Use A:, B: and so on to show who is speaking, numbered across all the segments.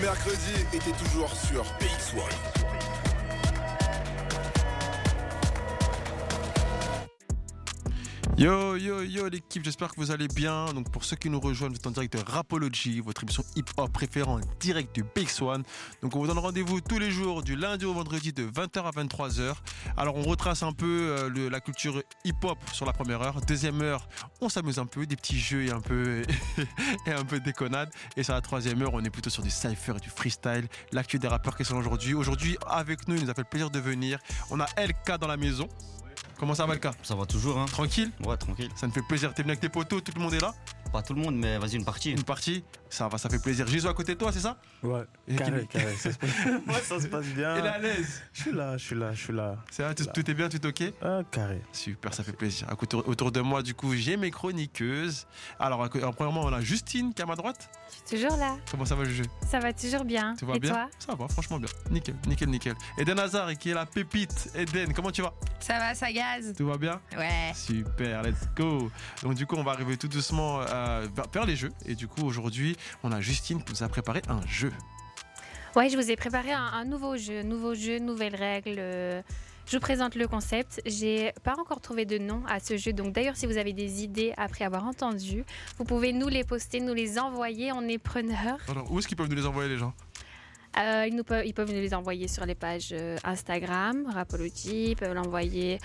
A: mercredi et t'es toujours sur PX1.
B: Yo yo yo l'équipe, j'espère que vous allez bien. Donc pour ceux qui nous rejoignent, vous êtes en direct de Rapology, votre émission hip-hop préférée en direct du Big Swan. Donc on vous donne rendez-vous tous les jours du lundi au vendredi de 20h à 23h. Alors on retrace un peu euh, le- la culture hip-hop sur la première heure, deuxième heure, on s'amuse un peu, des petits jeux et un peu et un peu déconnade et sur la troisième heure, on est plutôt sur du cypher et du freestyle, l'actu des rappeurs qui sont là aujourd'hui. Aujourd'hui avec nous, il nous a fait le plaisir de venir. On a LK dans la maison. Comment ça va LK
C: Ça va toujours, hein
B: Tranquille
C: Ouais, tranquille.
B: ça me fait plaisir. T'es venu avec tes potos, tout le monde est là.
C: Pas tout le monde, mais vas-y, une partie.
B: Une partie, ça va, ça fait plaisir. Jésus à côté de toi, c'est ça
D: Ouais,
B: Et
D: carré,
B: qu'il-
D: carré, ça se passe, Moi, ça se passe bien.
B: Il est à l'aise.
D: Je suis là, je suis là, je suis là.
B: C'est vrai, tout, tout est bien, tout est ok
D: Ah, carré.
B: Super, ça fait plaisir. À côté- autour de moi, du coup, j'ai mes chroniqueuses. Alors, à co- alors, premièrement, on a Justine qui est à ma droite.
E: Je suis toujours là.
B: Comment ça va, Juju
E: Ça va toujours bien.
B: Tout va
E: Et
B: bien
E: toi
B: Ça va, franchement bien. Nickel, nickel, nickel. Eden Hazard qui est la pépite. Eden, comment tu vas
F: Ça va, ça gaz
B: Tout va bien
F: Ouais.
B: Super, let's go. Donc du coup, on va arriver tout doucement euh, vers les jeux. Et du coup, aujourd'hui, on a Justine qui nous a préparé un jeu.
E: Ouais, je vous ai préparé un, un nouveau jeu, nouveau jeu, nouvelles règles. euh, Je vous présente le concept. J'ai pas encore trouvé de nom à ce jeu, donc d'ailleurs, si vous avez des idées après avoir entendu, vous pouvez nous les poster, nous les envoyer. On est preneurs.
B: Alors, où est-ce qu'ils peuvent nous les envoyer, les gens
E: Euh, ils, nous peuvent, ils peuvent nous les envoyer sur les pages euh, Instagram, Rapology, ils peuvent l'envoyer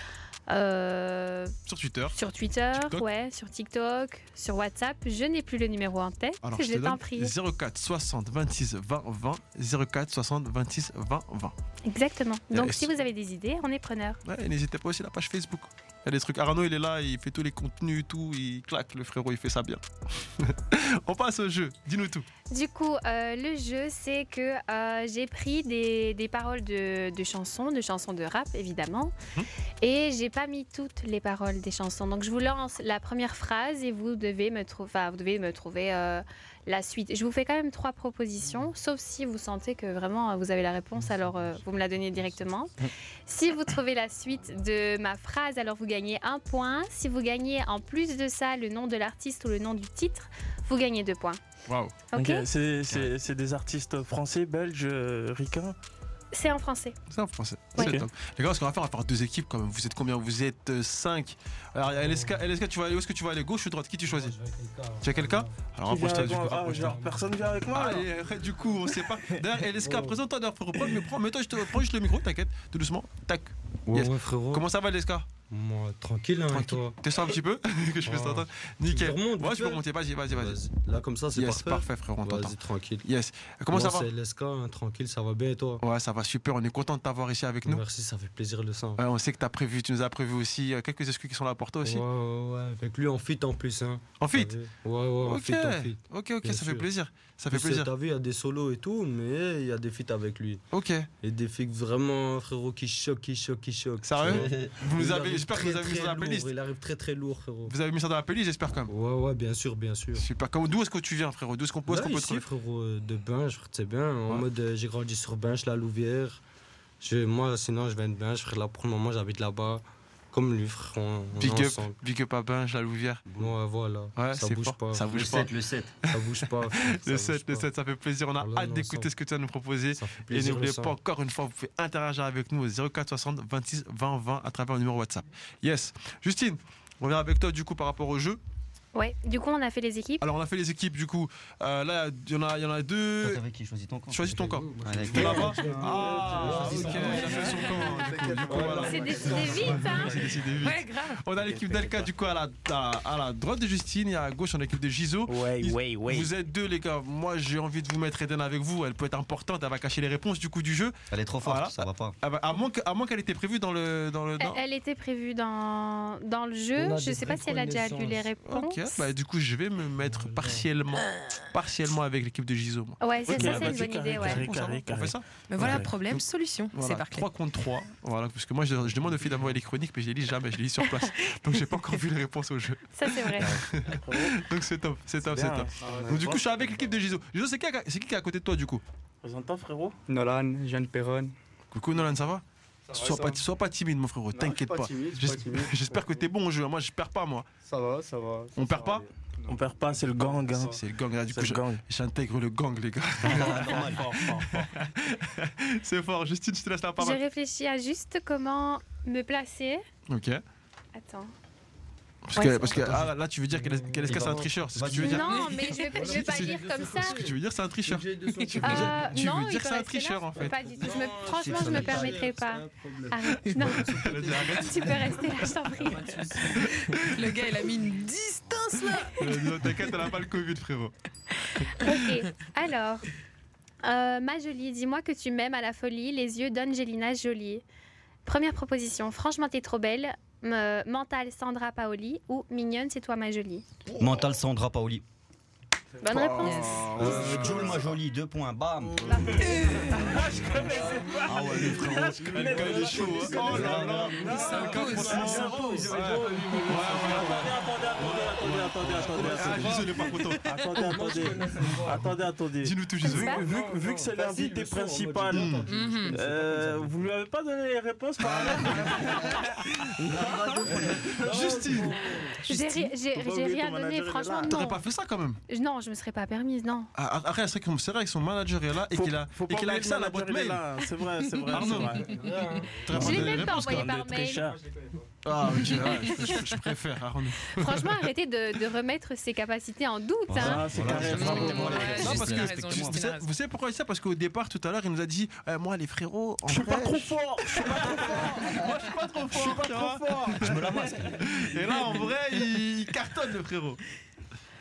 E: euh,
B: sur Twitter.
E: sur Twitter,
B: TikTok.
E: ouais, sur TikTok, sur WhatsApp. Je n'ai plus le numéro en tête.
B: Alors,
E: je
B: je te
E: t'en
B: donne
E: prie.
B: 04 60 26 20 20 04 60 26 20 20.
E: Exactement. Donc
B: Yes.
E: si vous avez des idées, on est preneur.
B: Ouais, et n'hésitez pas aussi à la page Facebook. Il y a des trucs. Arnaud, il est là, il fait tous les contenus, tout, il claque, le frérot, il fait ça bien. On passe au jeu, dis-nous tout.
E: Du coup, euh, le jeu, c'est que euh, j'ai pris des, des paroles de, de chansons, de chansons de rap évidemment,
B: Mhm.
E: et j'ai pas mis toutes les paroles des chansons. Donc je vous lance la première phrase et vous devez me trouver, vous devez me trouver euh, la suite. Je vous fais quand même trois propositions, sauf si vous sentez que vraiment euh, vous avez la réponse, alors euh, vous me la donnez directement. Si vous trouvez la suite de ma phrase, alors vous gagnez un point. Si vous gagnez en plus de ça le nom de l'artiste ou le nom du titre, vous gagnez deux points.
B: Waouh.
E: Ok,
D: Ok, c'est- C'est c'est des artistes français, belges, euh, ricains.
E: C'est en français.
B: C'est en français.
D: Ouais.
B: C'est
D: Ok.
B: top. Les gars, ce qu'on va faire, on va faire deux équipes quand même. Vous êtes combien Vous êtes 5. Alors, LSK, LSK, tu vas aller où est-ce que tu vas aller Gauche ou droite Qui tu choisis
G: hein.
B: Tu as quelqu'un Alors,
D: Qui vient
B: rapproche-toi
D: avec
B: du coup.
D: moi Ah,
B: rapproche-toi.
D: genre, personne vient avec moi. alors
B: Allez, arrête, euh, du coup, on sait pas. D'ailleurs, LSK, présente-toi d'ailleurs, frérot. Prends, mais prends, mets-toi, je te prends juste le micro, t'inquiète, tout doucement. Tac.
G: Ouais,
B: Yes.
G: ouais, frérot.
B: Comment ça va, LSK
G: Moi, tranquille, hein, et
B: Tranquille.
G: toi
B: T'es ça un petit peu Que je puisse
G: Oh.
B: t'entendre
G: Tu
B: Nickel.
G: me remontes,
B: Moi,
G: vite
B: je peux
G: fait
B: remonter. Vas-y, vas-y, vas-y.
G: Vas-y. Là, comme ça, c'est
B: Yes,
G: parfait.
B: parfait, frérot, on t'entend.
G: Vas-y, tranquille.
B: Yes. Comment
G: Moi,
B: ça va
G: C'est LSK, hein, tranquille, ça va bien et toi
B: Ouais, ça va super. On est content de t'avoir ici avec nous.
G: Merci, ça fait plaisir le sang.
B: Ouais, on sait que t'as prévu, tu nous as prévu aussi euh, quelques excuses qui sont là pour toi aussi.
G: Ouais, ouais, ouais, avec lui en fit en plus. Hein.
B: En fit
G: T'as vu Ouais, ouais, en
B: Ok,
G: fit, en fit.
B: ok, ok,
G: Bien
B: ça fait
G: sûr.
B: plaisir. Ça fait
G: Plus,
B: plaisir.
G: T'as vu, il y a des solos et tout, mais il y a des feats avec lui.
B: Ok.
G: Et des feats vraiment, frérot, qui choquent, qui choquent, qui choquent.
B: Sérieux
G: Ouais.
B: Vous nous
G: Il
B: avez,
G: arrive
B: j'espère que
G: très,
B: vous avez mis ça dans
G: très
B: la
G: lourd,
B: playlist.
G: Il arrive très, très lourd, frérot.
B: Vous avez mis ça dans la playlist, j'espère quand même.
G: Ouais, ouais, bien sûr, bien sûr.
B: Super. Comment- D'où est-ce que tu viens, frérot D'où est-ce qu'on peut, où est-ce
G: Là,
B: qu'on peut te
G: ici,
B: trouver
G: frérot, euh, de Binge, tu sais bien, en
B: Ouais.
G: mode euh, j'ai grandi sur Binge, la Louvière. Je, moi, sinon, je viens de Binge, frère, là, pour le moment, j'habite là-bas. Comme lui, frère, on, on
B: Big
G: est
B: up,
G: ensemble.
B: big up à Binge, la Louvière.
G: Ouais, voilà.
B: Ouais,
G: ça
B: c'est
G: bouge
B: fort.
G: pas.
B: Ça
G: frère,
B: bouge
C: Le
B: pas.
C: 7, le 7.
G: Ça bouge pas. frère, ça
B: Le
G: bouge
B: 7, le
G: pas.
B: 7, ça fait plaisir. On a
G: Alors là,
B: hâte
G: on est
B: d'écouter
G: ensemble.
B: ce que tu vas nous proposer.
G: Ça fait
B: Et
G: plaisir, le
B: n'oubliez
G: sang.
B: pas, encore une fois, vous pouvez interagir avec nous au 0460 26 20 20 à travers le numéro WhatsApp. Yes. Justine, on revient avec toi du coup par rapport au jeu.
E: Ouais. Du coup, on a fait les équipes.
B: Alors, on a fait les équipes du coup. Euh, là, il y, en a- il y en a
C: Toi,
B: deux.
C: t'avais qui Choisis ton camp.
B: Euh, Choisis ton camp.
C: Ouais, d'accord.
B: T'es là-bas Ah,
D: Ah,
B: ok,
D: ok.
B: il a fait son camp. Du coup, du coup, voilà.
E: C'est décidé vite, hein
B: C'est décidé vite.
F: Ouais, grave.
B: On a l'équipe d'Alka du coup à la, à, à la droite de Justine et à gauche on a l'équipe de Giso.
D: Ouais,
B: Ils-
D: ouais, ouais.
B: Vous êtes deux les gars, moi j'ai envie de vous mettre Eden avec vous, elle peut être importante, elle va cacher les réponses du coup du jeu,
C: Elle est trop forte,
B: Voilà.
C: ça va pas.
B: Ah bah, à moins que- à moins qu'elle était prévue dans le... Dans le
E: Elle-
B: dans-
E: Elle était prévue dans, dans le
G: On
E: jeu.
G: a
E: Je
G: des
E: sais pas si elle a déjà lu les réponses.
B: Ok, bah du coup je vais me mettre
G: Voilà.
B: partiellement, partiellement avec l'équipe de Giso. moi.
E: Ouais, c'est-
D: Ok,
E: ça,
D: bah,
E: c'est une
D: c'est
E: bonne
D: carré,
E: idée. Ouais.
D: carré.
B: On s'en va, on fait ça
F: Mais voilà,
D: Ouais.
F: problème, solution.
B: Voilà,
F: C'est parfait.
B: 3 contre 3. Voilà, parce que moi je, je demande aux filles d'avoir les chroniques, mais je les lis jamais, je les lis sur place. Donc j'ai pas encore vu les réponses au jeu.
E: Ça, c'est vrai.
B: Donc c'est top, c'est top, c'est
D: Bien.
B: top. Donc du coup je suis avec l'équipe de Giso. Giso, c'est qui, à- c'est qui qui est à côté de toi du coup
D: Présente-toi, frérot.
H: Nolan, Jeanne Perron.
B: Coucou Nolan, ça va sois,
H: ça
B: pas, sois pas timide, mon frérot, t'inquiète pas.
H: timide, je suis
B: J'es-
H: pas timide.
B: hein. J'espère que t'es bon au jeu. Moi, je perds pas, moi.
H: Ça va, ça va. ça
B: On
H: va
B: perd pas
H: aller.
D: On perd pas, c'est le gang. hein.
B: C'est le gang là, du coup
D: C'est le
B: je-
D: gang.
B: j'intègre le gang les gars.
C: Normal.
B: C'est fort, Justine, je te laisse la
E: J'ai
B: parole.
E: réfléchi à juste comment me placer.
B: Ok.
E: Attends.
B: Parce
E: Ouais,
B: que,
E: c'est
B: parce que
E: bon.
B: ah, là tu veux dire qu'elle est- qu'elle escasse un tricheur, c'est ce que tu veux dire.
E: Non, mais je vais, pas- je vais pas
B: Si, si,
E: dire comme ça.
B: Ce que tu veux dire c'est un tricheur. Tu veux
E: Euh,
B: dire, tu veux
E: non,
B: dire
E: il
B: que c'est un
E: reste là.
B: tricheur en fait.
E: Pas du tout. Je me-
G: Non,
E: franchement,
C: c'est
E: je me
C: pas
E: permettrai pas. Arrête. Non,
B: Elle a dit, arrête.
E: tu peux rester là, je t'en prie.
F: Le gars, il a mis une distance là.
B: Elle a dit, euh, non, T'inquiète, elle a pas le Covid frérot.
E: Ok. Alors, euh, ma jolie, dis-moi que tu m'aimes à la folie, les yeux d'Angelina Jolie. Première proposition. Franchement, t'es trop belle. Me- mental Sandra Paoli ou mignonne, c'est toi ma jolie.
B: Oh.
C: Mental Sandra Paoli.
E: Bonne réponse.
D: Ah,
C: Euh, Joel Majoli, deux points, bam. Ah ouais, le frérot.
B: Le gars il est chaud. hein. Oh là là. Le gars, franchement,
D: Il s'impose.
B: ouais.
D: Attendez, attendez, attendez,
B: Ah,
D: attendez,
B: Jésus, il est pas content.
D: attendez. Attendez, attendez. Attendez, attendez.
B: Dis-nous tout
E: Comme
B: Jésus.
E: ça
D: Vu, vu que c'est l'invité principal,
F: Mhm.
D: euh, vous lui avez pas donné les réponses par là
B: Justine,
E: J'ai ri- j'ai-
D: Faut pas
E: j'ai
D: oublier
E: rien
D: ton
E: donné,
D: manager, il est
E: franchement,
D: là.
E: non.
B: t'aurais pas fait ça quand même.
E: Je- Non, je me serais pas permise, non.
B: Ah, ah, Après, c'est vrai que c'est vrai que son manager est là et
D: Faut-
B: qu'il a
D: faut
B: et
D: pas
B: qu'il a
D: oublier
B: accès à
D: le
B: la boîte
D: manager, il est
B: mail.
D: là, C'est vrai, c'est vrai.
B: Arnaud.
D: c'est vrai.
B: T'aurais
E: Je l'ai
B: donné les
E: même pas
B: réponses,
E: envoyé
B: quoi.
E: par
D: Très
E: mail.
D: cher.
B: Ah, ok, ouais, je, je- je préfère Arnaud.
E: Franchement, arrêtez de, de remettre ses capacités en doute. hein.
D: Ah, c'est
C: Voilà,
D: carré.
C: je
D: bravo.
C: respecte moi les
F: Ouais,
B: Non, parce
C: références.
F: Justine a
B: que
F: raison,
B: tu-
F: Justine
B: tu sais-
F: a raison.
B: vous savez pourquoi il dit ça Parce qu'au départ, tout à l'heure, il nous a dit euh, Moi, les frérots, en
D: Je suis pas
B: vrai,
D: trop fort, je suis pas
B: moi, je suis pas trop fort. tu vois.
D: trop fort.
C: Je me la masque.
B: Et là, en vrai, il il cartonne, le frérot.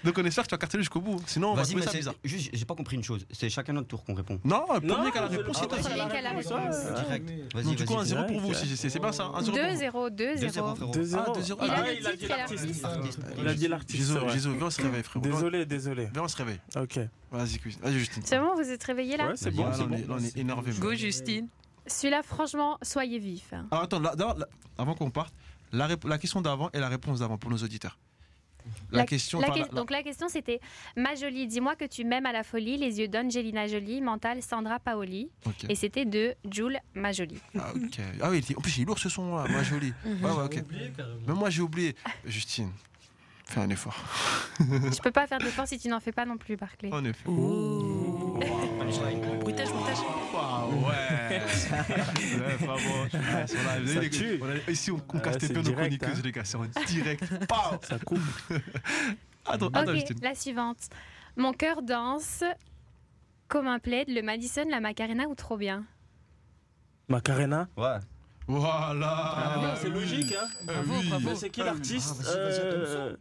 B: Donc, on espère que tu vas cartonner jusqu'au bout. hein. Sinon, on va
C: Vas-y,
B: trouver
C: mais
B: ça
C: c'est
B: bizarre.
C: juste, j'ai pas compris une chose. C'est chacun notre tour qu'on répond.
B: Non, le premier
D: Non,
B: qui a la
D: je-
B: réponse,
D: ah
B: c'est toi.
D: ouais,
E: Celui qui a la réponse.
D: ouais.
C: Direct. Vas-y,
B: Euh, Donc, du coup,
C: vas-y.
B: 1-0 pour vous. si- C'est c'est pas ça 1-0 pour vous.
E: 2-0,
C: 2-0,
E: 2-0.
C: frérot.
D: 2-0.
B: Ah, 2-0.
E: Il
B: Ah,
D: il
E: a
D: a
E: dit
D: dit
E: qu'il est artiste.
C: Artiste.
D: Il a dit l'artiste.
B: Jésus,
D: c'est vrai.
B: Jésus, viens, on se réveille, frérot.
D: Désolé, désolé.
B: Viens, on se réveille.
D: Ok.
B: Vas-y, Christine. Vas-y, Justine.
E: C'est bon, vous êtes réveillés là
D: Ouais, c'est
C: Vas-y,
D: bon,
B: Ah,
D: c'est
B: là, on est-
D: bon.
B: là, on est énervé.
F: Go, Justine.
E: Celui-là, franchement, soyez vifs. hein.
B: Alors attends, là, d'abord, là, avant qu'on parte, la, rép- la question d'avant et la réponse d'avant pour nos auditeurs. La, question.
E: la
B: enfin,
E: que-
B: la- la-
E: Donc la question c'était Ma jolie, dis-moi que tu m'aimes à la folie, les yeux d'Angelina Jolie, mental Sandra Paoli.
B: ok.
E: Et c'était de Jules Ma jolie.
B: Ah, ok. Ah oui, il était- en plus il est lourd ce son là, moi joli.
E: Mhm.
B: Ouais, ouais, ok. Même moi j'ai oublié. Justine, fais un effort.
E: Je peux pas faire d'effort si tu n'en fais pas non plus, Barclay.
B: En effet.
F: Bruitage, bruitage.
B: Waouh, ouais. ouais, bravo. Ouais, sur la- vous
D: Ça
B: avez les-
D: tue.
B: on a- Ici on, on
D: Ouais,
B: casse
D: c'est
B: peu nos
D: direct,
B: chroniqueuses,
D: hein.
B: les gars, c'est en direct. Pow
D: Ça coupe.
B: attends, attends,
E: Ok,
B: Justine.
E: la suivante. Mon cœur danse comme un plaid, le Madison, la Macarena ou trop bien
D: Macarena.
C: Ouais.
B: Voilà.
D: c'est logique, hein.
B: Ah
F: Bravo,
B: oui.
F: bravo.
D: Mais c'est qui l'artiste
C: Ah, vas-y, vas-y,
D: euh,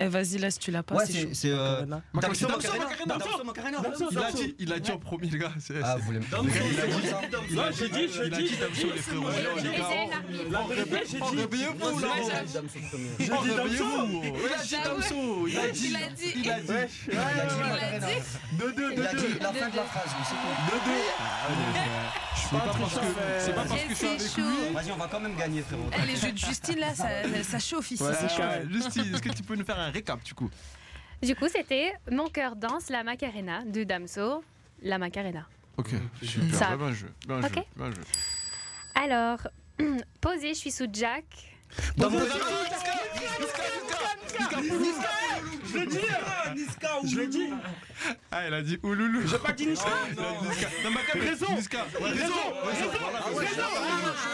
F: Eh, vas-y, là, si tu l'as pas,
C: Ouais,
F: c'est
C: c'est-
F: chaud.
C: c'est. euh,
D: Macarena
B: Damso,
C: Damso Macarena.
B: Macarena,
C: Damso Macarena.
D: Damso,
B: Il a
D: Damso.
B: dit, il a dit en premier, les gars. c'est-
C: Ah, vous l'aimez.
B: il a dit-
D: Non, j'ai dit,
B: Il
D: j'ai
B: a
D: dit.
B: dit Damso, les frérots.
E: Et- et
B: les gars,
E: c'est
B: on-
E: un arbitre.
D: La vérité, j'ai
B: Oh,
D: dit.
B: réveillez-vous là
D: J'ai
B: Oh,
D: dit Damso.
B: réveillez-vous Il a dit
F: J'avoue.
B: Damso Bah Il a dit
F: Il a dit.
B: Il a dit
D: Wesh. Ouais, ouais, ouais.
B: Deux, deux,
C: Il
B: deux,
C: a
B: deux
C: dit la fin de la phrase, mais c'est tout.
B: C'est pas parce que c'est pas
F: Eh,
B: parce que je suis
F: c'est
B: avec
F: chaud.
B: lui
C: Vas-y, on va quand même gagner, frérot.
F: Eh, les jeux de Justine, là, ça, ça chauffe ici.
D: Ouais.
F: c'est chaud.
B: Ah Ouais, Justine, est-ce que tu peux nous faire un récap du coup
E: Du coup, c'était Mon cœur danse, la Macarena de Damso, la Macarena.
B: Ok, super.
E: Ça.
B: Ouais, Bien joué, bien
E: Ok.
B: joué, bien joué.
E: Alors, posé, je suis sous Jack.
D: Je l'ai dit. Je l'ai dit.
B: Ah, il a dit ouloulou. J'ai pas dit Niska. Il a dit Niska. Non, mais quand raison. Niska. Ouais, Raison. Raison. Voilà, Raison.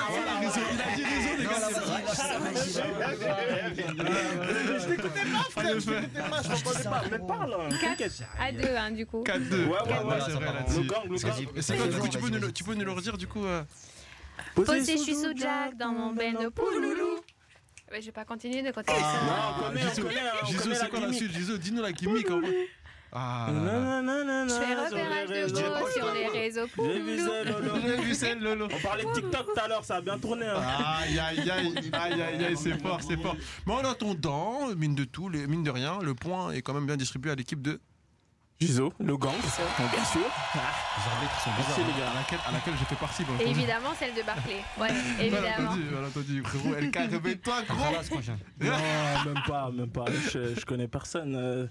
B: Voilà, raison. Il a dit raison, les gars. Ah,
D: Je t'écoutais pas, frère. Je t'écoutais pas. Je t'entendais pas. Mais parle. hein, T'inquiète.
E: À deux, hein, du coup.
B: 4-2.
D: Ouais, ouais, ouais,
B: c'est vrai, il a
D: Le
B: dit.
D: gang, le gang.
B: Et c'est quoi, du coup, tu peux nous le- tu peux nous le redire, du coup euh,
E: Posé, je suis sous Jack dans mon bendo pouloulou. Ouais, je vais pas continuer de continuer ça.
D: Ah, on connaît, on
B: Jisoo.
D: connaît, on
B: Jisoo,
D: connaît
B: c'est
D: la
B: quoi la
D: gimmick.
B: suite Jisoo, dis-nous la gimmick en vrai. Ah là là.
E: Je fais repérage de gros sur les réseaux
D: J'ai vu
E: pouloulou.
D: ça, Lolo.
B: J'ai vu celle, Lolo.
D: On parlait de TikTok tout à l'heure, ça a bien tourné. hein.
B: Aïe aïe aïe aïe aïe aïe c'est fort c'est fort. Mais en attendant mine de tout les- mine de rien le point est quand même bien distribué à l'équipe de
D: Giso, le gang, bien sûr.
C: Les arbitres sont
D: Merci
C: bizarres.
D: les
B: à
D: gars.
B: laquelle à laquelle j'ai fait partie. bien
E: Et
B: entendu.
E: évidemment, celle de Barclay. Ouais, évidemment.
B: Bien entendu, bien entendu frérot LK réveille-toi gros.
C: Voilà, ce prochain.
D: Non, même pas, même pas. Je, je connais personne. euh,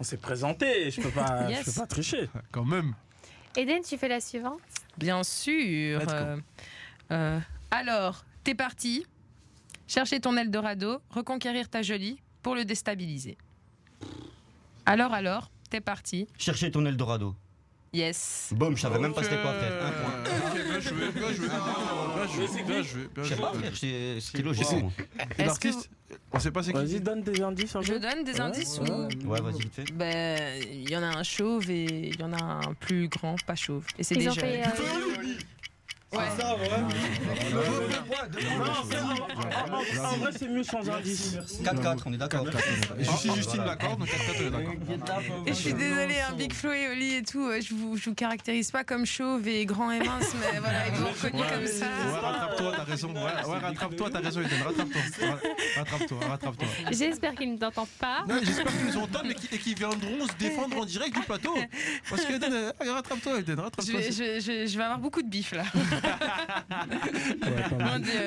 D: On s'est présenté, je peux pas,
F: Yes.
D: je peux pas tricher.
B: Quand même.
E: Eden, tu fais la suivante.
F: Bien sûr.
B: Let's go.
F: Euh, euh, alors, t'es parti. Chercher ton Eldorado, reconquérir ta jolie pour le déstabiliser. Alors, alors, t'es parti.
C: Chercher ton Eldorado.
F: Yes.
C: Boum, je savais même pas c'était quoi, frère. Un point.
B: Ok, Bien joué, bien joué.
D: Ah,
B: Bien joué, bien joué, bien
C: Je sais pas,
B: joué.
C: frère, c'est- c'était
B: C'est-
C: logique.
B: c'est-
C: moi.
B: Et
F: Est-ce que
B: l'artiste, on sait pas c'est
D: Vas-y,
B: qui.
D: donne des indices. un
F: Je
D: peu.
F: donne des
D: Ouais,
F: indices
D: ouais.
F: ou.
C: Ouais, vas-y, vite fait.
F: Ben, il y en a un chauve et il y en a un plus grand, pas chauve. Et c'est
E: Ils
F: des
E: ont
F: jeunes.
E: fait. euh,
F: Ouais.
D: Non, c'est- en- Ah, en- en- En vrai, c'est mieux sans indice.
C: 4-4, on est d'accord.
B: Et Justine, Justine
C: Voilà.
B: d'accord, donc 4-4, on est d'accord.
F: Et je suis désolée, un Big Flo et Oli et tout, euh, je vous, je vous caractérise pas comme chauve et grand et mince, mais voilà, ils vous reconnus
B: Ouais.
F: comme ça.
B: Ouais, rattrape-toi, t'as raison. Ouais, ouais, rattrape-toi, t'as raison, Eden. Rattrape-toi. Rattrape-toi, rattrape-toi.
E: euh, J'espère qu'il ne t'entend pas.
B: Non, J'espère qu'ils nous entendent et qu'ils et qu'ils viendront se défendre en direct du plateau. Parce que Eden, euh, rattrape-toi, Eden,
F: Je
B: rattrape-toi.
F: vais, je, je- je vais avoir beaucoup de bif là. Mon Dieu.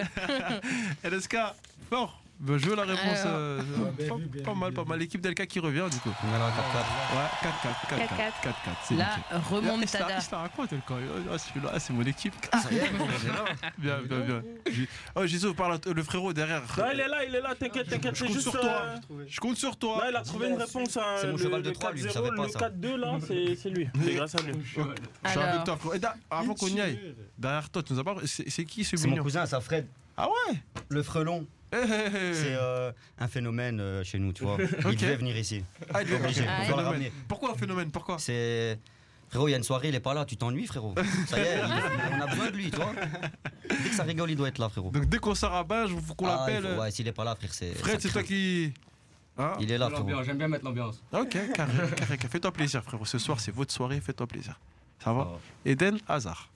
B: LSK, Eh, fort. Ben, je veux la réponse.
F: Alors.
B: euh,
G: bien
B: pas,
G: Ah, bah, vu, bien
B: pas
G: vu,
B: mal,
G: bien
B: pas mal. L'équipe d'Elka qui revient, du coup. Ouais,
C: Non, non, 4-4.
B: Ah, 4-4, 4-4.
E: 4-4.
B: 4-4, c'est
F: La
B: nickel.
F: remontada.
B: Il se la raconte, Elka. Ah, celui-là, c'est mon équipe.
F: Ah.
B: bien, bien, bien. J- Oh, Jésus, parle à t- le frérot derrière.
D: Non, il est là, il est là, t'inquiète, t'inquiète,
B: Je
D: c'est
B: compte
D: juste.
B: sur toi. hein.
D: euh,
B: Je compte sur toi.
D: Là, il a trouvé une réponse. hein,
C: C'est mon
D: le-
C: cheval de
D: le
C: Troie, lui, il
D: 4-0,
C: savait pas ça.
D: Le 4-2, là, c'est c'est lui. C'est grâce à lui.
B: Je suis avec
F: Alors,
B: toi, frérot. Et da- avant qu'on y aille, derrière toi, tu nous as pas. C'est c'est qui ce
C: C'est mon
B: mignon
C: cousin, ça, Fred.
B: Ah ouais
C: Le frelon,
B: Eh, eh, eh.
C: c'est euh, un phénomène euh, chez nous, tu vois.
B: Ok.
C: Il devait venir ici.
B: Ah, il est-
C: Obligé,
B: ok.
C: on doit le ramener.
B: Pourquoi un phénomène Pourquoi
C: C'est. Frérot, il y a une soirée, il est pas là, tu t'ennuies, frérot. Ça y est, il- on a besoin de lui, toi. Dès que ça rigole, il doit être là, frérot.
B: Donc dès qu'on s'en rabat, je faut qu'on
C: Ah, il
B: l'appelle. euh,
C: faut- ouais, s'il est pas là, frère, c'est.
B: Fred,
C: ça
B: c'est toi
C: craint.
B: qui. Hein
C: Il est là, frérot.
H: J'aime bien mettre l'ambiance.
B: Ok, carré, carré, carré. Fais-toi plaisir, frérot. Ce soir, c'est votre soirée, fais-toi plaisir. Ça va
C: Ah.
B: Eden, hasard.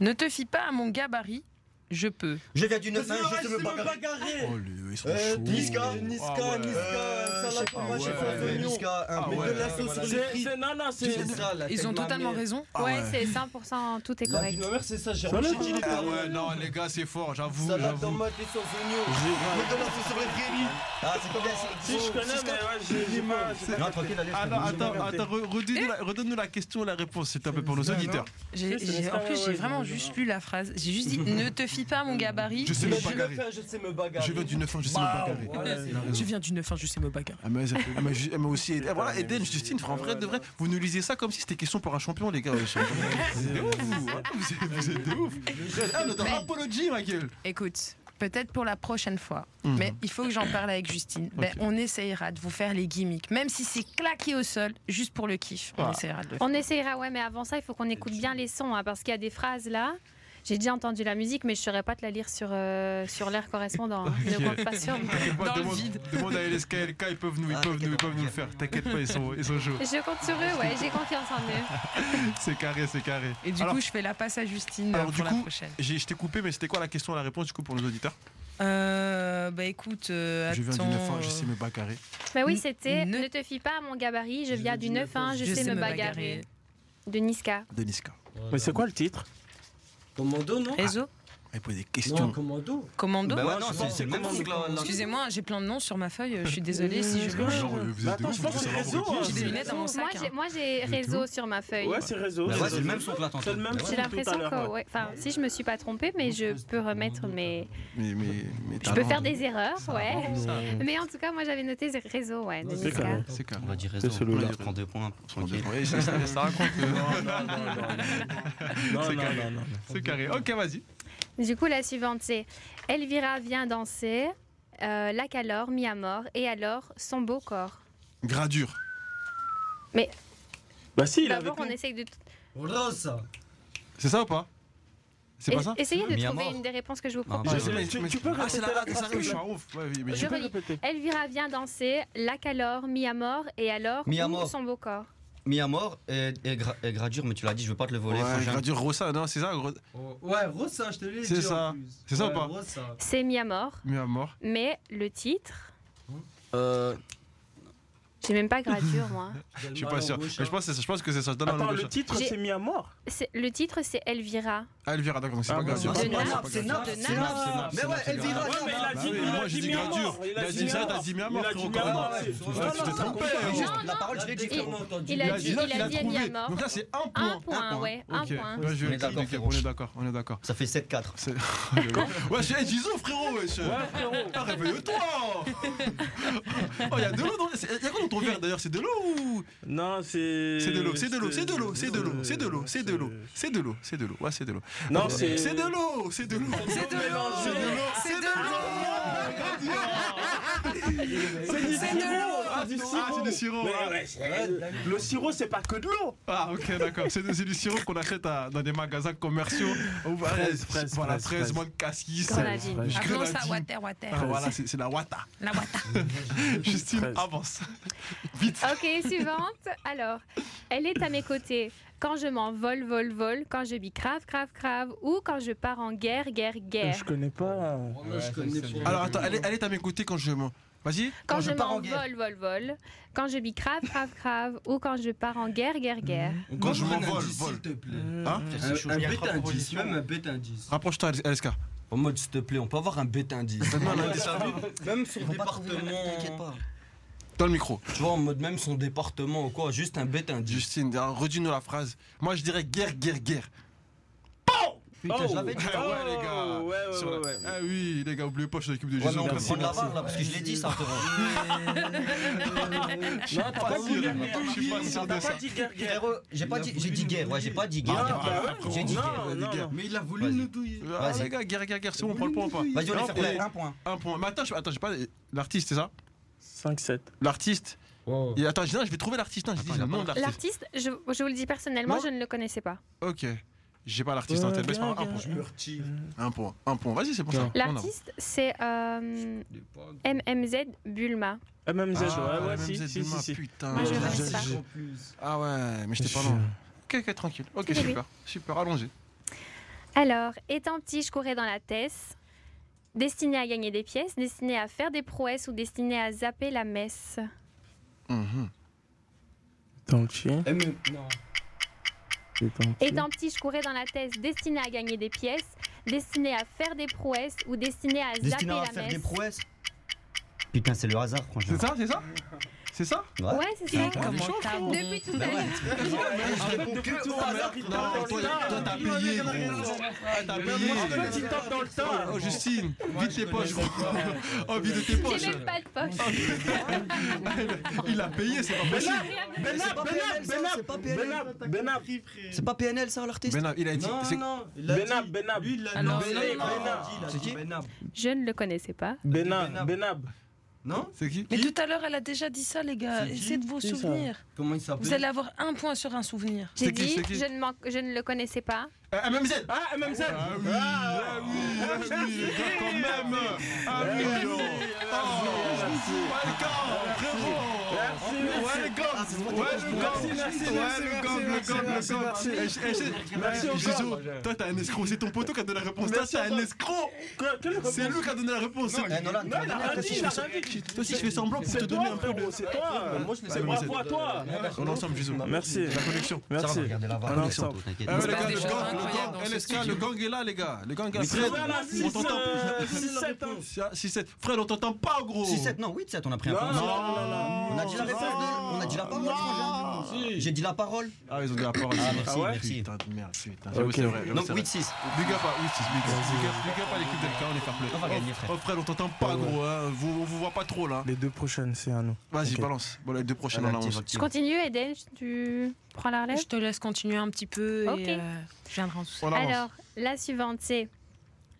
F: ne te fie pas à mon gabarit, je peux.
C: Je viens du 9 je sais même pas.
B: Oh, les, ils sont
I: Euh,
B: chauds.
I: Niska,
B: Ah
I: Niska,
B: ouais.
I: Niska, ça l'a
B: Ah
I: pas mâché
B: ouais.
I: sur
B: Ouais,
I: un oignon.
B: Ah
I: Mais
B: ouais.
I: de la sauce sur les
D: C'est
I: frites.
D: c'est- non, non, c'est.
I: C'est ça, la
F: Ils
I: tête
F: ont
I: de ma
F: totalement
I: mère.
F: raison.
B: Ah
E: ouais,
B: ouais.
E: c'est 100%, tout
I: La
E: est
I: vie
E: correct.
I: de ma mère, c'est ça, j'ai
D: Ça l'a-
I: rangé dit les
B: Ah
I: paroles.
B: ouais, non, les gars, c'est fort, j'avoue.
I: Salade
B: j'avoue.
I: tomate et sauce oignon. Mais de la sauce sur les frites.
C: Ah, c'est combien
D: Si je connais, mais ouais, j'ai- j'ai pas. j'ai pas-
C: Non, tranquille, allez,
B: Ah non, attends,
D: J'ai
B: attends, re- redis-nous la, redonne-nous la question et la réponse, s'il te plaît, pour nos auditeurs.
D: Oui,
F: J'ai-
D: c'est
F: j'ai-
D: ça,
F: en plus,
D: ouais,
F: j'ai
D: ouais,
F: vraiment
D: je me
F: juste lu la phrase. J'ai juste dit ne te fie pas à mon gabarit.
B: Je sais
I: Mais
B: me
I: je vais
B: bagarrer.
I: faire, je sais me bagarrer.
B: Je veux du 9 ans, je sais me bagarrer.
F: Bah,
B: Il a raison.
F: Je viens du 9 je sais me bagarrer.
B: Ah, mais, ah, mais, ju- ah, mais aussi, Eden, voilà, Eden, Justine, en vrai, de vrai, vous nous lisez ça comme si c'était question pour un champion, les gars. Vous êtes des ouf, vous, hein, vous êtes- vous êtes des ouf. Ah, notre
F: Mais-
B: apology, ma gueule.
F: Écoute, peut-être pour la prochaine fois,
B: Mhm.
F: mais il faut que j'en parle avec Justine. Ben,
B: Ok.
F: on essayera de vous faire les gimmicks, même si c'est claqué au sol, juste pour le kiff. On
B: Ah.
F: essayera de le faire.
E: On essayera, ouais, mais avant ça, il faut qu'on écoute bien les sons, hein, parce qu'il y a des phrases là. J'ai déjà entendu la musique, mais je ne saurais pas te la lire sur, euh, sur l'air correspondant. hein.
B: Ok.
E: Ne compte pas sur moi.
B: T'inquiète pas,
F: Dans le
B: demande,
F: vide.
B: demande à LSK, LK, ils peuvent nous, ils
C: Ah,
B: peuvent nous, ils
C: t'inquiète,
B: peuvent nous le
C: t'inquiète.
B: faire. T'inquiète pas, ils sont, ils sont chauds.
E: Je compte sur eux, ouais, j'ai confiance en eux.
B: C'est carré, c'est carré.
F: Et du
B: Alors,
F: coup, je fais la passe à Justine
B: alors,
F: euh,
B: du
F: pour
B: coup,
F: la prochaine.
B: j'ai- je t'ai coupé, mais c'était quoi la question et la réponse du coup pour nos auditeurs
F: Euh, bah écoute, euh,
B: Je viens du
F: attends,
B: 9 ans, je sais
F: euh,
B: me bagarrer.
E: Mais Ben oui,
F: Ne-
E: c'était
F: ne-
E: Ne te fie pas à mon gabarit, je viens du 9-1, je, sais me bagarrer. De Niska.
B: De Niska.
D: Mais c'est quoi le titre
G: Commando, non
F: Réseau,
B: Elle pose des
G: Non,
B: questions.
G: commando.
F: commando.
C: Bah ouais, non,
D: je
C: c'est
D: pense
C: c'est le même
D: que
C: truc là. là.
F: Excusez-moi, j'ai plein de noms sur ma feuille. euh, Je suis désolée si je.
D: Ouais.
B: Genre, vous êtes des
D: Attends,
B: ouf,
D: je
B: vous
D: pense que c'est
B: voulez savoir
D: réseau,
B: pourquoi.
F: J'ai des lunettes dans mon
E: Moi,
F: sac. hein.
E: j'ai- Moi, j'ai
B: Vous êtes
E: réseau
B: où
E: sur ma feuille.
D: Ouais, c'est réseau.
C: Bah ouais,
D: réseau.
C: c'est le même son que là, tantôt.
D: C'est le même
C: Bah ouais.
E: J'ai
D: son que tout à
E: l'impression
D: l'heure.
E: que,
D: ouais.
E: ouais, enfin, si je me suis pas trompée, mais je peux remettre mes.
B: Mais, mais, mais
E: Je peux faire des erreurs, ouais.
C: Ça,
E: Mais en tout cas, moi j'avais noté réseau, ouais, de
D: C'est
E: Niska.
D: clair.
B: C'est carré.
C: On va dire raison.
D: C'est celui-là.
C: Je prends deux points, tranquille.
B: Oui, ça, ça- ça raconte. euh,
D: Non,
B: C'est
D: non,
B: carré.
D: non, non.
B: C'est carré. Ok, vas-y.
E: Du coup, la suivante, c'est Elvira vient danser, euh, la calor, mis à mort, et alors son beau corps.
B: Gradure.
D: Bah si, il avait.
E: D'abord, on essaye de.
G: Rosa.
B: C'est ça ou pas C'est pas
E: Et-
B: ça
E: Essayez de
C: Mis à
E: trouver
C: mort.
E: une des réponses que je vous
C: Non,
E: propose.
C: je-
B: Mais-
D: tu-
B: mais-
D: tu peux
B: Ah, c'est
D: répéter
B: la- ça
D: la phrase,
B: arrive, je suis
D: là.
B: un ouf. Ouais, oui, mais
E: Je
B: j'ai-
D: peux
E: relis.
D: répéter.
E: Elvira vient danser, la calor, mis à mort, et alors
C: Mis à
E: où
C: mort.
E: son beau corps.
C: Mis à mort et, et, gra- et gradure, mais tu l'as dit, je veux pas te le voler.
B: Ouais,
C: frangin.
B: Gradure Rossa, non, c'est ça gros-
G: Oh, Ouais, Rosa, je te l'ai dit.
B: C'est
G: en
B: ça.
G: plus.
B: C'est ça ou
G: Ouais,
B: pas
G: Rosa.
E: C'est mis à mort,
B: Mis à mort.
E: mais le titre.
C: Euh,
E: J'ai même pas gradure, moi.
B: Je suis pas sûr. Mais je
E: hein.
B: pense, que c'est- je pense que c'est ça. Je donne un
D: Attends,
B: nom de
D: le
B: chat.
D: titre,
E: J'ai-
D: c'est mis à mort.
E: C'est- Le titre, c'est Elvira.
B: Ah, Elvira, d'accord, donc c'est
D: Ah,
B: pas
D: bon,
B: Gradure.
D: c'est
B: C'est pas
E: Nap,
B: Gradure.
E: c'est Nap,
B: C'est
E: c'est
B: Nap,
E: Nap.
B: c'est Nap,
C: Mais
B: c'est
C: ouais,
B: Nap,
C: Elvira,
B: c'est Nap.
C: Ouais,
D: mais il a
B: Bah
D: dit-
B: oui,
D: il
B: Moi,
D: a
B: j'ai
D: dit
B: dit
D: mis à
B: Gradure.
D: mort, il
B: Il
D: a
B: a
D: dit
B: dit
D: mis à
B: ça, t'as
D: mort.
B: dit mis à
D: Il
B: mort,
D: a dit
B: frérot,
D: mis à
B: comment
D: mort.
B: on-
D: c'est-
B: Ah Tu te hein. trompes,
E: non,
B: frérot.
E: non.
C: La parole, je l'ai dit.
E: Il-
C: frérot.
E: Il a
B: Là,
E: dit,
B: là,
E: il a dit mis à
B: trouvé.
E: mort.
B: Donc là, c'est un point.
E: Un point, ouais, un
B: Ok,
E: point.
B: bien joué,
C: On est d'accord,
B: nickel,
C: frérot.
B: on est d'accord, on est d'accord.
C: Ça fait 7-4.
B: C'est- ouais, j'ai disons frérot, wesh.
D: Ouais, frérot.
B: Ah, réveille-toi! Oh, y'a de l'eau dans les. Y'a quoi dans Ton verre d'ailleurs, c'est de l'eau.
D: Non, c'est.
B: C'est de l'eau, c'est de l'eau, c'est de l'eau, c'est de l'eau, c'est de l'eau, c'est de l'eau, c'est de l'eau, c'est de l'eau. Ouais, c'est de l'eau.
D: Non, Oh, c'est.
B: C'est de l'eau, c'est de l'eau. C'est
F: C'est de
B: de l'eau,
F: l'eau. C'est de l'eau. C'est de l'eau.
D: Ah, du sirop.
B: Ah, c'est du sirop.
D: Mais
B: ah.
D: ouais, c'est- Le sirop, c'est pas que de l'eau.
B: Ah ok d'accord, c'est des- c'est du sirop qu'on achète à- dans des magasins commerciaux. Où,
D: Fraise,
B: ah,
D: fraise,
B: voilà,
D: fraise,
B: fraise,
D: fraise.
B: mangue, cassis.
E: Grenadine.
B: Je
F: Appelons ça
B: grenadine.
F: water, water.
B: Ah, voilà, c'est c'est la wata.
F: La water.
B: Justine,
D: Fraise.
B: avance.
E: Ok, suivante. Alors, elle est à mes côtés quand je m'envole, vole, vole, quand je bis crave, crave, crave, ou quand je pars en guerre, guerre, guerre.
D: Je connais pas.
B: Hein
G: Oh,
B: Alors attends, elle est, elle est à mes côtés quand je m'en... Vas-y.
E: Quand,
C: Quand
E: je,
C: je pars en
E: m'envole, vole, vole, quand je bis crave, crave, crave, ou quand je pars en guerre, guerre, guerre.
B: Quand je m'envole, vole.
G: te plaît.
D: Ah,
B: Hein
C: C'est chaud, il y a trois propositions.
G: un bête indice.
B: Rapproche-toi, LSK.
G: En mode, s'il te plaît, on peut avoir un bête indice. Même son
C: Ils vont pas trouver, T'inquiète
G: département. hein.
C: pas.
B: Dans le micro.
G: Tu vois, en mode, même son département ou quoi, juste un bête indice.
B: Justine, alors, redis-nous la phrase. Moi je dirais guerre, guerre, guerre.
C: Putain,
D: Oh.
C: je l'avais dit.
B: Ah
D: Oh,
B: ouais, les gars.
D: ouais, ouais,
B: Sur la-
D: ouais, ouais.
B: Ah oui, les gars, oubliez pas, je suis l'équipe de Jésus.
G: mais on peut
B: Merci,
C: Prendre la
B: merci.
C: barre là, parce que je l'ai dit ça, frérot.
D: Non, t'as pas
B: sûr,
D: voulu.
B: je suis pas sûr de
D: T'as
B: ça.
D: pas dit guerre, guerre.
C: Frérot, j'ai pas dit, j'ai dit guerre, ouais, j'ai pas dit guerre.
D: Ah,
C: t'inquiète
D: bah
C: pas.
D: ouais,
C: j'ai dit
D: non,
C: guerre.
D: non, non.
G: Mais il a voulu
C: Vas-y.
G: nous douiller.
B: Ah,
C: Vas-y.
B: les gars, guerre, guerre, guerre, c'est bon, on prend le point. on prend.
C: Vas-y, on
B: Non,
C: est fair play,
B: on
C: un point.
B: Un point. Mais attends, je- attends, j'ai pas l'artiste, c'est ça
D: 5-7.
B: L'artiste.
G: Oh.
B: Et attends, je- non, je vais trouver l'artiste. Non, je dis
C: Attends,
B: le
C: il a
B: nom de l'artiste.
E: L'artiste, je, je vous le dis personnellement,
B: Non.
E: je ne le connaissais pas.
B: Ok. J'ai pas l'artiste en tête, mais c'est pas grave, un point. Un point. Un point. Vas-y, c'est pour ça. On avance.
E: L'artiste, c'est euh, MMZ Bulma.
D: MMZ,
B: Ah,
D: ouais, ouais,
B: même
D: si,
B: Zed
D: si,
B: Duma,
D: si, si.
B: Putain.
E: Moi, je
D: le
E: connaissais pas.
B: Ah ouais, mais j'étais pas
D: Je-
B: loin. Ok, ok, tranquille. Ok,
E: Oui, oui.
B: super. Super, allons-y.
E: Alors, étant petit, je courais dans la thèse, destinée à gagner des pièces, destinée à faire des prouesses ou destinée à zapper la messe.
B: Mhm.
D: Dans le chien.
G: Non.
E: Étant petit, je courais dans la thèse, destinée à gagner des pièces, destinée à faire des prouesses ou destinée à zapper
C: Destiné à
E: la
C: faire
E: messe.
C: des prouesses. Putain, c'est le hasard, franchement.
B: C'est ça, c'est ça C'est ça
E: Ouais, c'est ça.
B: Comment t'as-
E: Depuis
F: Bah
G: Bah
E: tout à l'heure.
B: Non, toi, toi, t'as payé, gros. Ah, T'as payé.
D: En fait, il tape dans le
B: Oh,
D: tas.
B: Justine, vide tes poches, gros. Oh, vide tes poches.
E: J'ai même pas de poche.
B: Il a payé, c'est pas possible.
D: Benab,
C: C'est
D: Benab,
C: pas PNL.
D: Benab, Benab, Benab,
C: C'est pas PNL ça, l'artiste
B: Ben, il a dit.
G: Non,
B: c'est-
G: non, il l'a dit.
D: Benab, Benab,
G: Lui, il l'a dit.
F: Alors,
G: Benab,
F: c'est-
G: il l'a dit, il a
C: C'est
G: dit
C: qui
G: Benab.
E: Je ne le connaissais pas.
D: Benab, Benab.
G: Non
B: C'est qui
F: Mais tout à l'heure, elle a déjà dit ça, les gars.
G: C'est qui
F: Essayez de vos
D: Qui, ça
F: souvenirs.
G: Comment il
F: Vous
G: s'appelle
F: allez avoir un point sur un souvenir.
E: J'ai
B: C'est qui,
E: dit,
B: c'est qui
E: je ne, m'en- je ne le connaissais pas.
B: Euh, MMZ
D: Ah, MMZ.
B: Ah oui, ah oui, ah oui, quand même Ah oui, non
D: Merci.
B: Welcome,
D: Merci,
B: frérot Welcome
D: Merci,
B: Welcome
D: merci, merci,
B: Welcome,
D: merci,
B: welcome,
D: merci,
B: welcome. Eh,
D: merci.
B: eh, eh,
D: Merci
B: eh,
D: encore.
B: Giso, Toi, t'as un escroc, c'est ton poteau qui a donné la réponse. Toi,
D: Merci
B: c'est un
D: encore.
B: escroc
D: Que- quelle réponse
B: C'est lui qui a donné la réponse C'est-
C: Eh, Nolan,
D: Non, il a
C: Nolan,
D: rien
C: toi,
D: dit,
C: si
D: il
C: je
D: a
C: fais-
D: rien dit.
B: Toi, si je fais semblant pour te
D: C'est
B: donner
D: toi,
B: un peu de...
D: frérot, c'est toi.
G: Moi, je l'ai
B: C'est
G: pas.
B: moi,
D: Bravo à toi.
B: On est ensemble, Giso.
D: Merci.
B: La connexion.
C: Ça, on
D: Merci.
C: va regarder la
D: Un
C: barre. connexion,
D: instant.
C: toi, t'inquiète.
B: Ah ouais, les
F: passe
B: gars,
F: des
B: le gang,
F: choses incroyables
B: le
F: dans
B: gang,
F: ce
B: LSK,
F: studio.
B: le gang est là, les gars. Le gang est là. Fred,
D: Voilà,
B: on t'entend
D: euh,
B: plus.
D: 6-7.
B: 6-7. Fred, on t'entend pas, gros
C: 6-7, non, 8-7, on a pris un
D: Non,
C: point.
D: non,
C: On a dit la
B: Non.
C: réponse de- on a dit la parole,
B: Non.
C: frangin. J'ai dit la parole.
B: Ah, ils ont dit la parole. Ah,
C: merci, merci.
B: Putain de merde, putain.
D: Ok.
B: J'avoue, c'est vrai. j'avoue,
C: Donc
B: c'est vrai.
C: 8-6.
B: Big up à oui, c'est- big up, big up, big up à l'équipe d'Elka, on est fair play.
C: On va gagner, frère.
B: Oh, frère, on t'entend pas, gros. Hein. Vous, on vous voit pas trop, là.
D: Les deux prochaines, c'est à nous.
B: Vas-y,
D: Ok.
B: balance. Bon, les deux prochaines, on a 11.
E: Je continue, Eden, tu prends la relève
F: Je te laisse continuer un petit peu
E: Ok.
F: et euh, je viendrai en dessous.
B: On avance.
E: Alors, la suivante, c'est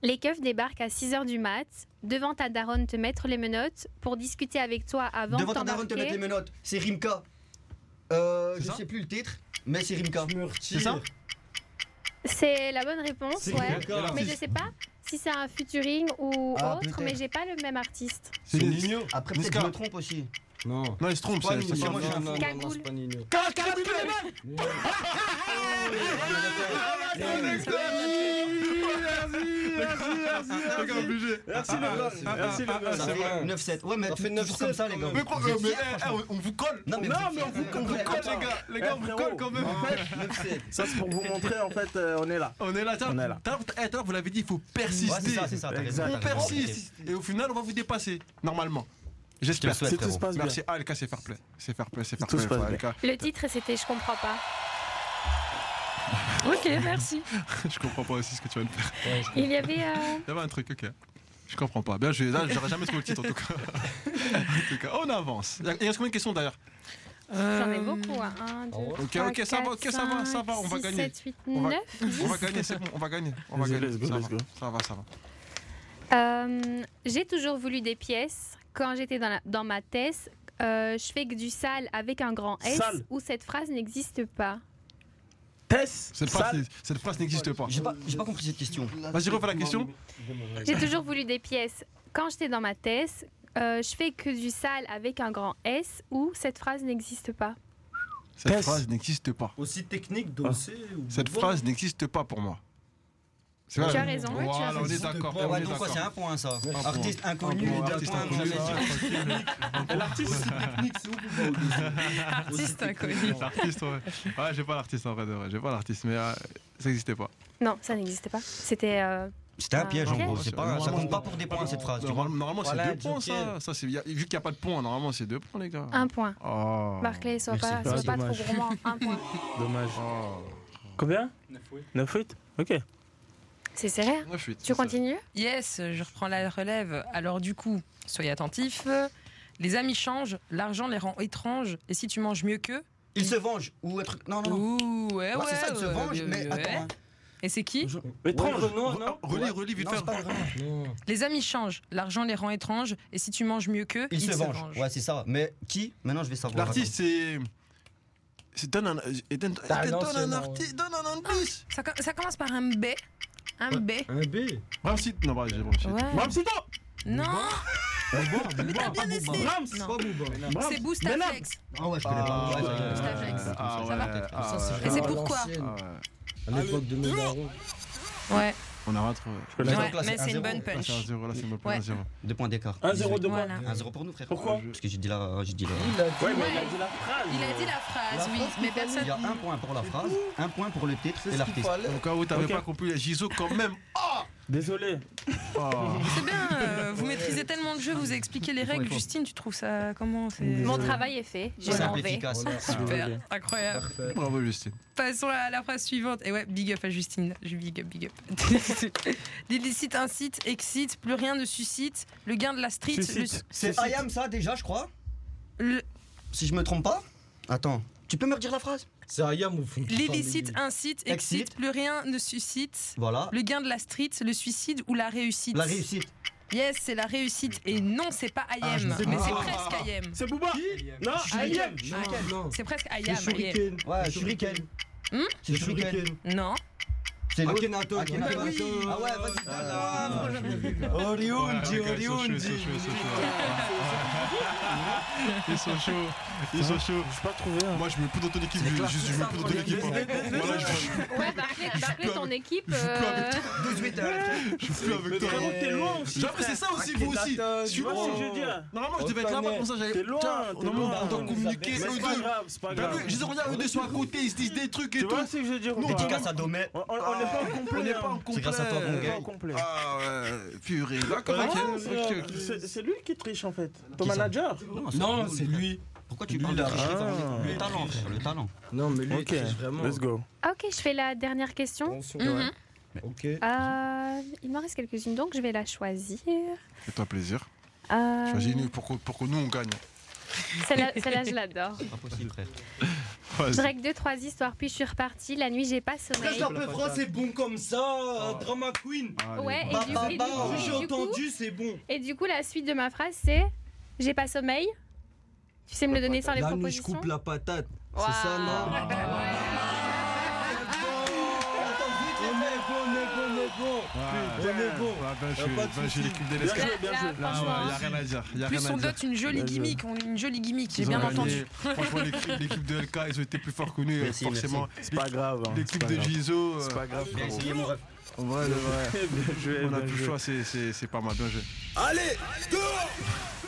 E: Les keufs débarquent à 6h du mat, devant ta daronne te mettre les menottes, pour discuter avec toi avant
C: Devant
E: de
C: ta daronne, te mettre les
E: t'embarquer.
C: menottes. C'est Rimka. Euh,
B: C'est
C: je
B: ça
C: sais plus le titre, mais c'est
D: Ah,
C: Rimka.
B: C'est ça
E: C'est la bonne réponse,
G: C'est
E: ouais.
G: Rimka,
E: Mais
B: l'artiste.
E: je sais pas si c'est un featuring ou
C: Ah,
E: autre,
C: peut-être.
E: mais j'ai pas le même artiste.
B: C'est Nino.
C: Après, peut-être
B: Niska.
C: que je me trompe aussi.
G: Non.
B: Non, il se trompe, c'est c'est
C: Nino,
B: pas
C: moi, j'ai un
G: non, non,
E: Cagoule.
G: non, c'est pas Nino.
B: Les gars, obligé.
D: Merci, le gars. Merci, le
C: Ça
D: gars.
C: fait 9-7. Ouais, mais
G: Ça fait
C: toujours
G: 9-7
C: comme ça, les
G: quand
C: gars.
G: même.
B: Mais quoi,
C: Vous
B: mais,
C: êtes fiers,
B: eh, eh,
C: franchement.
B: on vous colle
C: Non, mais
D: Non,
C: vous
D: mais on vous-
B: On vous colle, les gars Les gars, on vous colle quand même
D: Ça, c'est pour vous montrer, en fait, euh, on est là.
B: On est là, t'as-
D: On est là.
B: t'as- eh, tout à l'heure, vous l'avez dit, il faut
C: Ouais, c'est
B: persister.
C: ça, c'est ça. t'as raison,
D: Exact.
C: t'as
B: On
C: raison.
B: persiste. Et au final, on va vous dépasser, normalement.
C: Je te le
B: J'espère.
C: souhaite,
D: Si tout se
C: frérot.
D: passe bien.
B: Merci. Ah, Alka, c'est fair play. C'est fair play, c'est fair
D: Tout
B: play.
D: se passe
B: Alka.
E: Le titre, c'était Je comprends pas.
F: Ok, merci.
B: Je comprends pas aussi ce que tu vas me faire.
E: Il y avait. euh,
B: Il y avait un truc, ok. Je comprends pas. Bien, je là, j'aurais jamais trouvé le titre en tout cas. en tout cas, on avance. Il reste combien de questions d'ailleurs
F: Euh,
E: J'en ai beaucoup. hein. Un, deux,
G: ouais.
B: Ok,
E: trois,
B: ok, ça va,
E: quatre,
B: ok, ça va, ça
E: cinq,
B: va, on va
E: six,
B: gagner.
E: sept, huit,
B: On va-
E: neuf.
B: On va gagner, c'est bon, on va gagner. On va
D: Vas-y,
B: gagner.
D: let's go,
B: ça,
D: let's
B: va.
D: go.
B: ça va, ça va.
E: Euh, J'ai toujours voulu des pièces. Quand j'étais dans, la- dans ma thèse, euh, je fais que du sale avec un grand S
D: Sale.
E: où cette phrase n'existe pas.
D: Tess
B: Cette
D: sale.
B: phrase, cette phrase n'existe pas.
C: J'ai pas, j'ai pas compris cette question.
B: Vas-y, refais la question.
E: J'ai toujours voulu des pièces. Quand j'étais dans ma thèse, euh, je fais que du sale avec un grand S où cette phrase n'existe pas.
B: Cette
D: Peste.
B: phrase n'existe pas.
I: Aussi technique,
D: dansé
C: Ah.
B: Cette phrase n'existe pas pour moi. C'est
E: Tu
B: vrai.
E: as raison.
B: Voilà,
I: tu as
B: on est
I: raison.
B: d'accord.
I: Ouais,
B: on
C: Ouais,
B: est
C: donc quoi,
B: d'accord.
C: c'est un point ça.
B: point.
C: Artiste inconnu,
B: Un point,
C: deux
B: artiste
C: points,
B: inconnu,
C: non,
B: ça
C: mais-
I: L'artiste technique, c'est où vous
F: Artiste inconnu.
B: L'artiste, ouais. Ouais, j'ai pas l'artiste en vrai de vrai. J'ai pas l'artiste, mais euh, ça n'existait pas.
E: Non, ça n'existe pas. C'était. euh,
C: C'était un piège en
E: Ok.
C: gros, c'est pas, ça compte pas pour des points cette phrase. tu vois.
B: Normal- Normalement, c'est
I: Voilà,
B: deux points,
I: Joker.
B: ça. ça c'est- y a- vu qu'il n'y a pas de points, normalement, c'est deux points, les gars.
E: Un point.
B: Oh.
E: Barclay, sois
C: Merci.
E: pas,
C: Ah,
E: sois pas trop
D: dommage.
E: gourmand. Un point.
D: Dommage.
B: Oh.
D: Combien 9 8 Ok.
E: C'est sérieux
B: Ouais, fuite,
E: Tu
B: c'est ça.
E: continues
F: Yes, je reprends la relève. Alors du coup, soyez attentifs. Les amis changent, l'argent les rend étranges, et si tu manges mieux qu'eux...
C: Il se venge ou un truc. Non, non, non.
F: Ouh, ouais, ouais,
C: Ouais, Ah, Bah, c'est ça, il se
F: ouais,
C: venge,
F: ouais,
C: mais
F: ouais.
C: attends. hein.
F: Et c'est qui
D: Étrange.
I: Renoir,
B: Re- Relis, relis, vite
C: Non,
B: fait.
C: c'est pas le renard.
F: Les amis changent, l'argent les rend étranges, et si tu manges mieux qu'eux,
C: Il
F: ils
C: se venge. Ouais, c'est ça. Mais qui Maintenant, je vais savoir.
B: L'artiste, c'est. c'est- Donne un. euh, Donne
G: Ah, non,
B: donne
G: c'est
B: un
G: non,
B: artiste. Donne un indice.
F: Ça, com- ça commence par un B. Un B.
G: Un B.
B: Bravo, si. Non, bravo, j'ai bon. j'ai-
F: Ouais.
D: Bram Sito
F: Non,
I: Ah,
C: T'as
F: bien essayé.
D: Bram
F: Non.
D: Bram.
F: c'est Boostaflex.
C: Ah ouais, je connais
B: Ah
C: pas.
B: ouais,
C: Ouais, je connais pas.
F: Staflex.
B: ah ouais,
F: va
B: ah ouais,
F: Et c'est
B: ah ouais,
F: pourquoi
B: ah ouais.
G: À l'époque de mes darons.
F: Ouais,
B: On a rien trouvé.
C: Mais
F: ouais,
C: donc là,
F: mais
C: c'est un
F: c'est une
C: zéro.
F: bonne
B: Là,
F: punch.
B: c'est un zéro, là, c'est un point,
F: Ouais.
B: un zéro.
C: Deux points d'écart.
D: 1-0 de moi.
F: Voilà.
C: Un zéro pour nous, frère. Ah,
D: Pourquoi
C: Parce que j'ai dit là, j'ai dit là.
D: Ouais, mais
F: Ouais.
D: il a dit la phrase.
F: Il a dit la phrase, oui, mais personne.
C: Il y a un point pour la phrase, un point pour le titre et l'artiste.
B: Au cas où t'avais
D: Ok.
B: pas compris, Jizo quand même.
D: Désolé.
B: Oh.
F: C'est bien, euh, vous maîtrisez tellement le jeu, vous expliquez les
C: Il faut, il
F: règles.
C: faut.
F: Justine, tu trouves ça comment c'est-
E: Mon travail est fait. Je m'en
C: Simple,
E: vais.
C: efficace. Ah,
F: Super, incroyable.
B: Bravo Justine.
F: Passons à la phrase suivante. Et ouais, big up à Justine. Je big up, big up. L'illicite incite, excite, plus rien ne suscite. Le gain de la street. le-
D: Suscite.
C: C'est I am ça déjà, je crois.
F: le-
C: Si je me trompe pas. Attends, tu peux me redire la phrase
G: C'est Ayam ou Funky
F: L'illicite
G: Family.
F: incite, excite,
C: Excite.
F: plus rien ne suscite.
C: Voilà.
F: Le gain de la street, le suicide ou la réussite
C: La réussite.
F: Yes, c'est la réussite. Et non, c'est pas I
C: Ah, je
F: am.
C: me suis
F: mais
C: dit-
F: c'est
C: Ah.
F: presque I am.
D: C'est Booba. Non,
F: Ah,
D: Ayem.
F: Shuriken.
G: Non, non.
F: C'est presque I
G: Le
F: am. I am.
G: Shuriken.
C: Ouais,
G: Le
C: Shuriken.
F: Hum
C: C'est le Shuriken.
F: Non.
C: C'est l'autre.
G: Akhenaton.
C: Akhenaton.
G: Akhenaton.
C: Ah ouais, vas-y.
G: Ah,
C: voilà.
G: Oriundi,
B: Ouais, les gars, ils sont chauds, ils sont
G: Oriundi.
B: chauds, ils sont chauds. Ils sont chauds, ils sont chauds.
D: J'ai pas trouvé. hein.
B: Moi je me plus dans ton équipe, je, je, je me plus dans ton équipe. hein. Voilà, je,
E: Ouais, Barclay, Barclay, ton équipe. euh,
C: 12-8. hein.
B: je suis plus avec toi. hein.
D: Frérot, t'es loin aussi.
B: J'ai appris, c'est ça aussi, vous aussi.
I: Akhenaton,
B: Je suis
D: Tu vois
B: loin.
D: ce que je veux dire
B: Normalement je devais être là,
I: connaît.
B: mais comme ça j'avais.
D: T'es loin,
B: Tiens,
D: t'es
B: normalement,
D: loin.
B: on doit
I: Vous
B: communiquer
I: avez-
D: Mais
B: eux
D: c'est
B: deux.
D: pas
B: Bah
D: grave, c'est pas
B: T'as
D: grave.
B: vu, Jizo, regarde, eux deux sont à côté, ils se disent des trucs et
D: Tu
B: tout.
D: vois ce que je veux dire ou pas
C: Dédicace à Domé.
D: On on- on n'est pas au
B: On
D: complet.
B: n'est pas en
D: hein.
B: complet.
C: C'est grâce à toi, mon
D: On n'est pas
C: gars.
D: au complet.
B: Ah ouais, purée. D'accord,
D: Ah,
B: ok, ok,
D: c'est-
B: ok.
D: C'est c'est lui qui triche en fait. Ton
C: Qui ça
D: manager
G: Non, c'est lui.
C: Pourquoi tu
G: Lui,
C: parles de
G: là.
C: triche
D: Ah.
C: Le talent, frère, le talent.
G: Non, mais lui,
D: Ok,
G: il triche vraiment.
D: let's go.
E: Ah, ok, je fais la dernière question.
F: Mhm.
G: Ok.
I: Ah,
E: Euh, il m'en reste quelques-unes, donc je vais la choisir.
B: Fais-toi plaisir.
E: Euh,
B: Choisis-nous pour, que- pour que nous on gagne.
E: Celle-là, celle-là, je l'adore.
C: Pas possible, frère.
E: Je règle deux, trois histoires, puis je suis repartie. La nuit, j'ai pas
I: Très
E: sommeil.
I: un peu franc, c'est bon comme
G: Ah.
I: ça. Drama Queen.
B: Allez,
E: Ouais, et
I: Bah,
E: du,
I: bah,
E: et du
I: bah,
E: coup-
I: j'ai
E: et du coup,
I: entendu, c'est bon.
E: et du coup, la suite de ma phrase, c'est J'ai pas sommeil. Tu sais me le donner sans les
G: Là, nous, je
E: propositions
G: coupe bah, la patate. C'est
E: Waouh.
G: ça, non On est bon, on est bon, on est bon.
B: Ah, Ouais.
G: On est bon.
B: Ouais, ben, je
G: Y a
B: suis-
G: pas de
B: ben, je suis
G: soucis.
B: l'équipe de
D: Bien
B: l'escalade.
D: joué, bien
E: Là,
D: joué.
B: Là, Ah, ouais,
E: franchement.
B: y a rien à dire. Y a
F: Plus
B: rien à
F: on
B: dire.
F: dote une jolie
D: Là, je-
F: gimmick. On une jolie gimmick, j'ai
B: Ils ont
F: bien
B: gagné.
F: entendu.
B: Franchement, l'équipe- l'équipe de LK, ils ont été plus forts que nous, euh,
C: Merci,
B: forcément.
D: C'est pas grave. hein, c'est
B: L'équipe
D: pas
B: de
D: grave.
B: Giso, euh,
D: C'est pas grave.
C: Bien
D: frérot.
C: essayé, mon ref.
B: en vrai, de vrai,
D: Bien joué,
B: on a
D: bien
B: plus le
D: joué.
B: choix, c'est- c'est c'est pas mal, bien joué.
A: Allez, dehors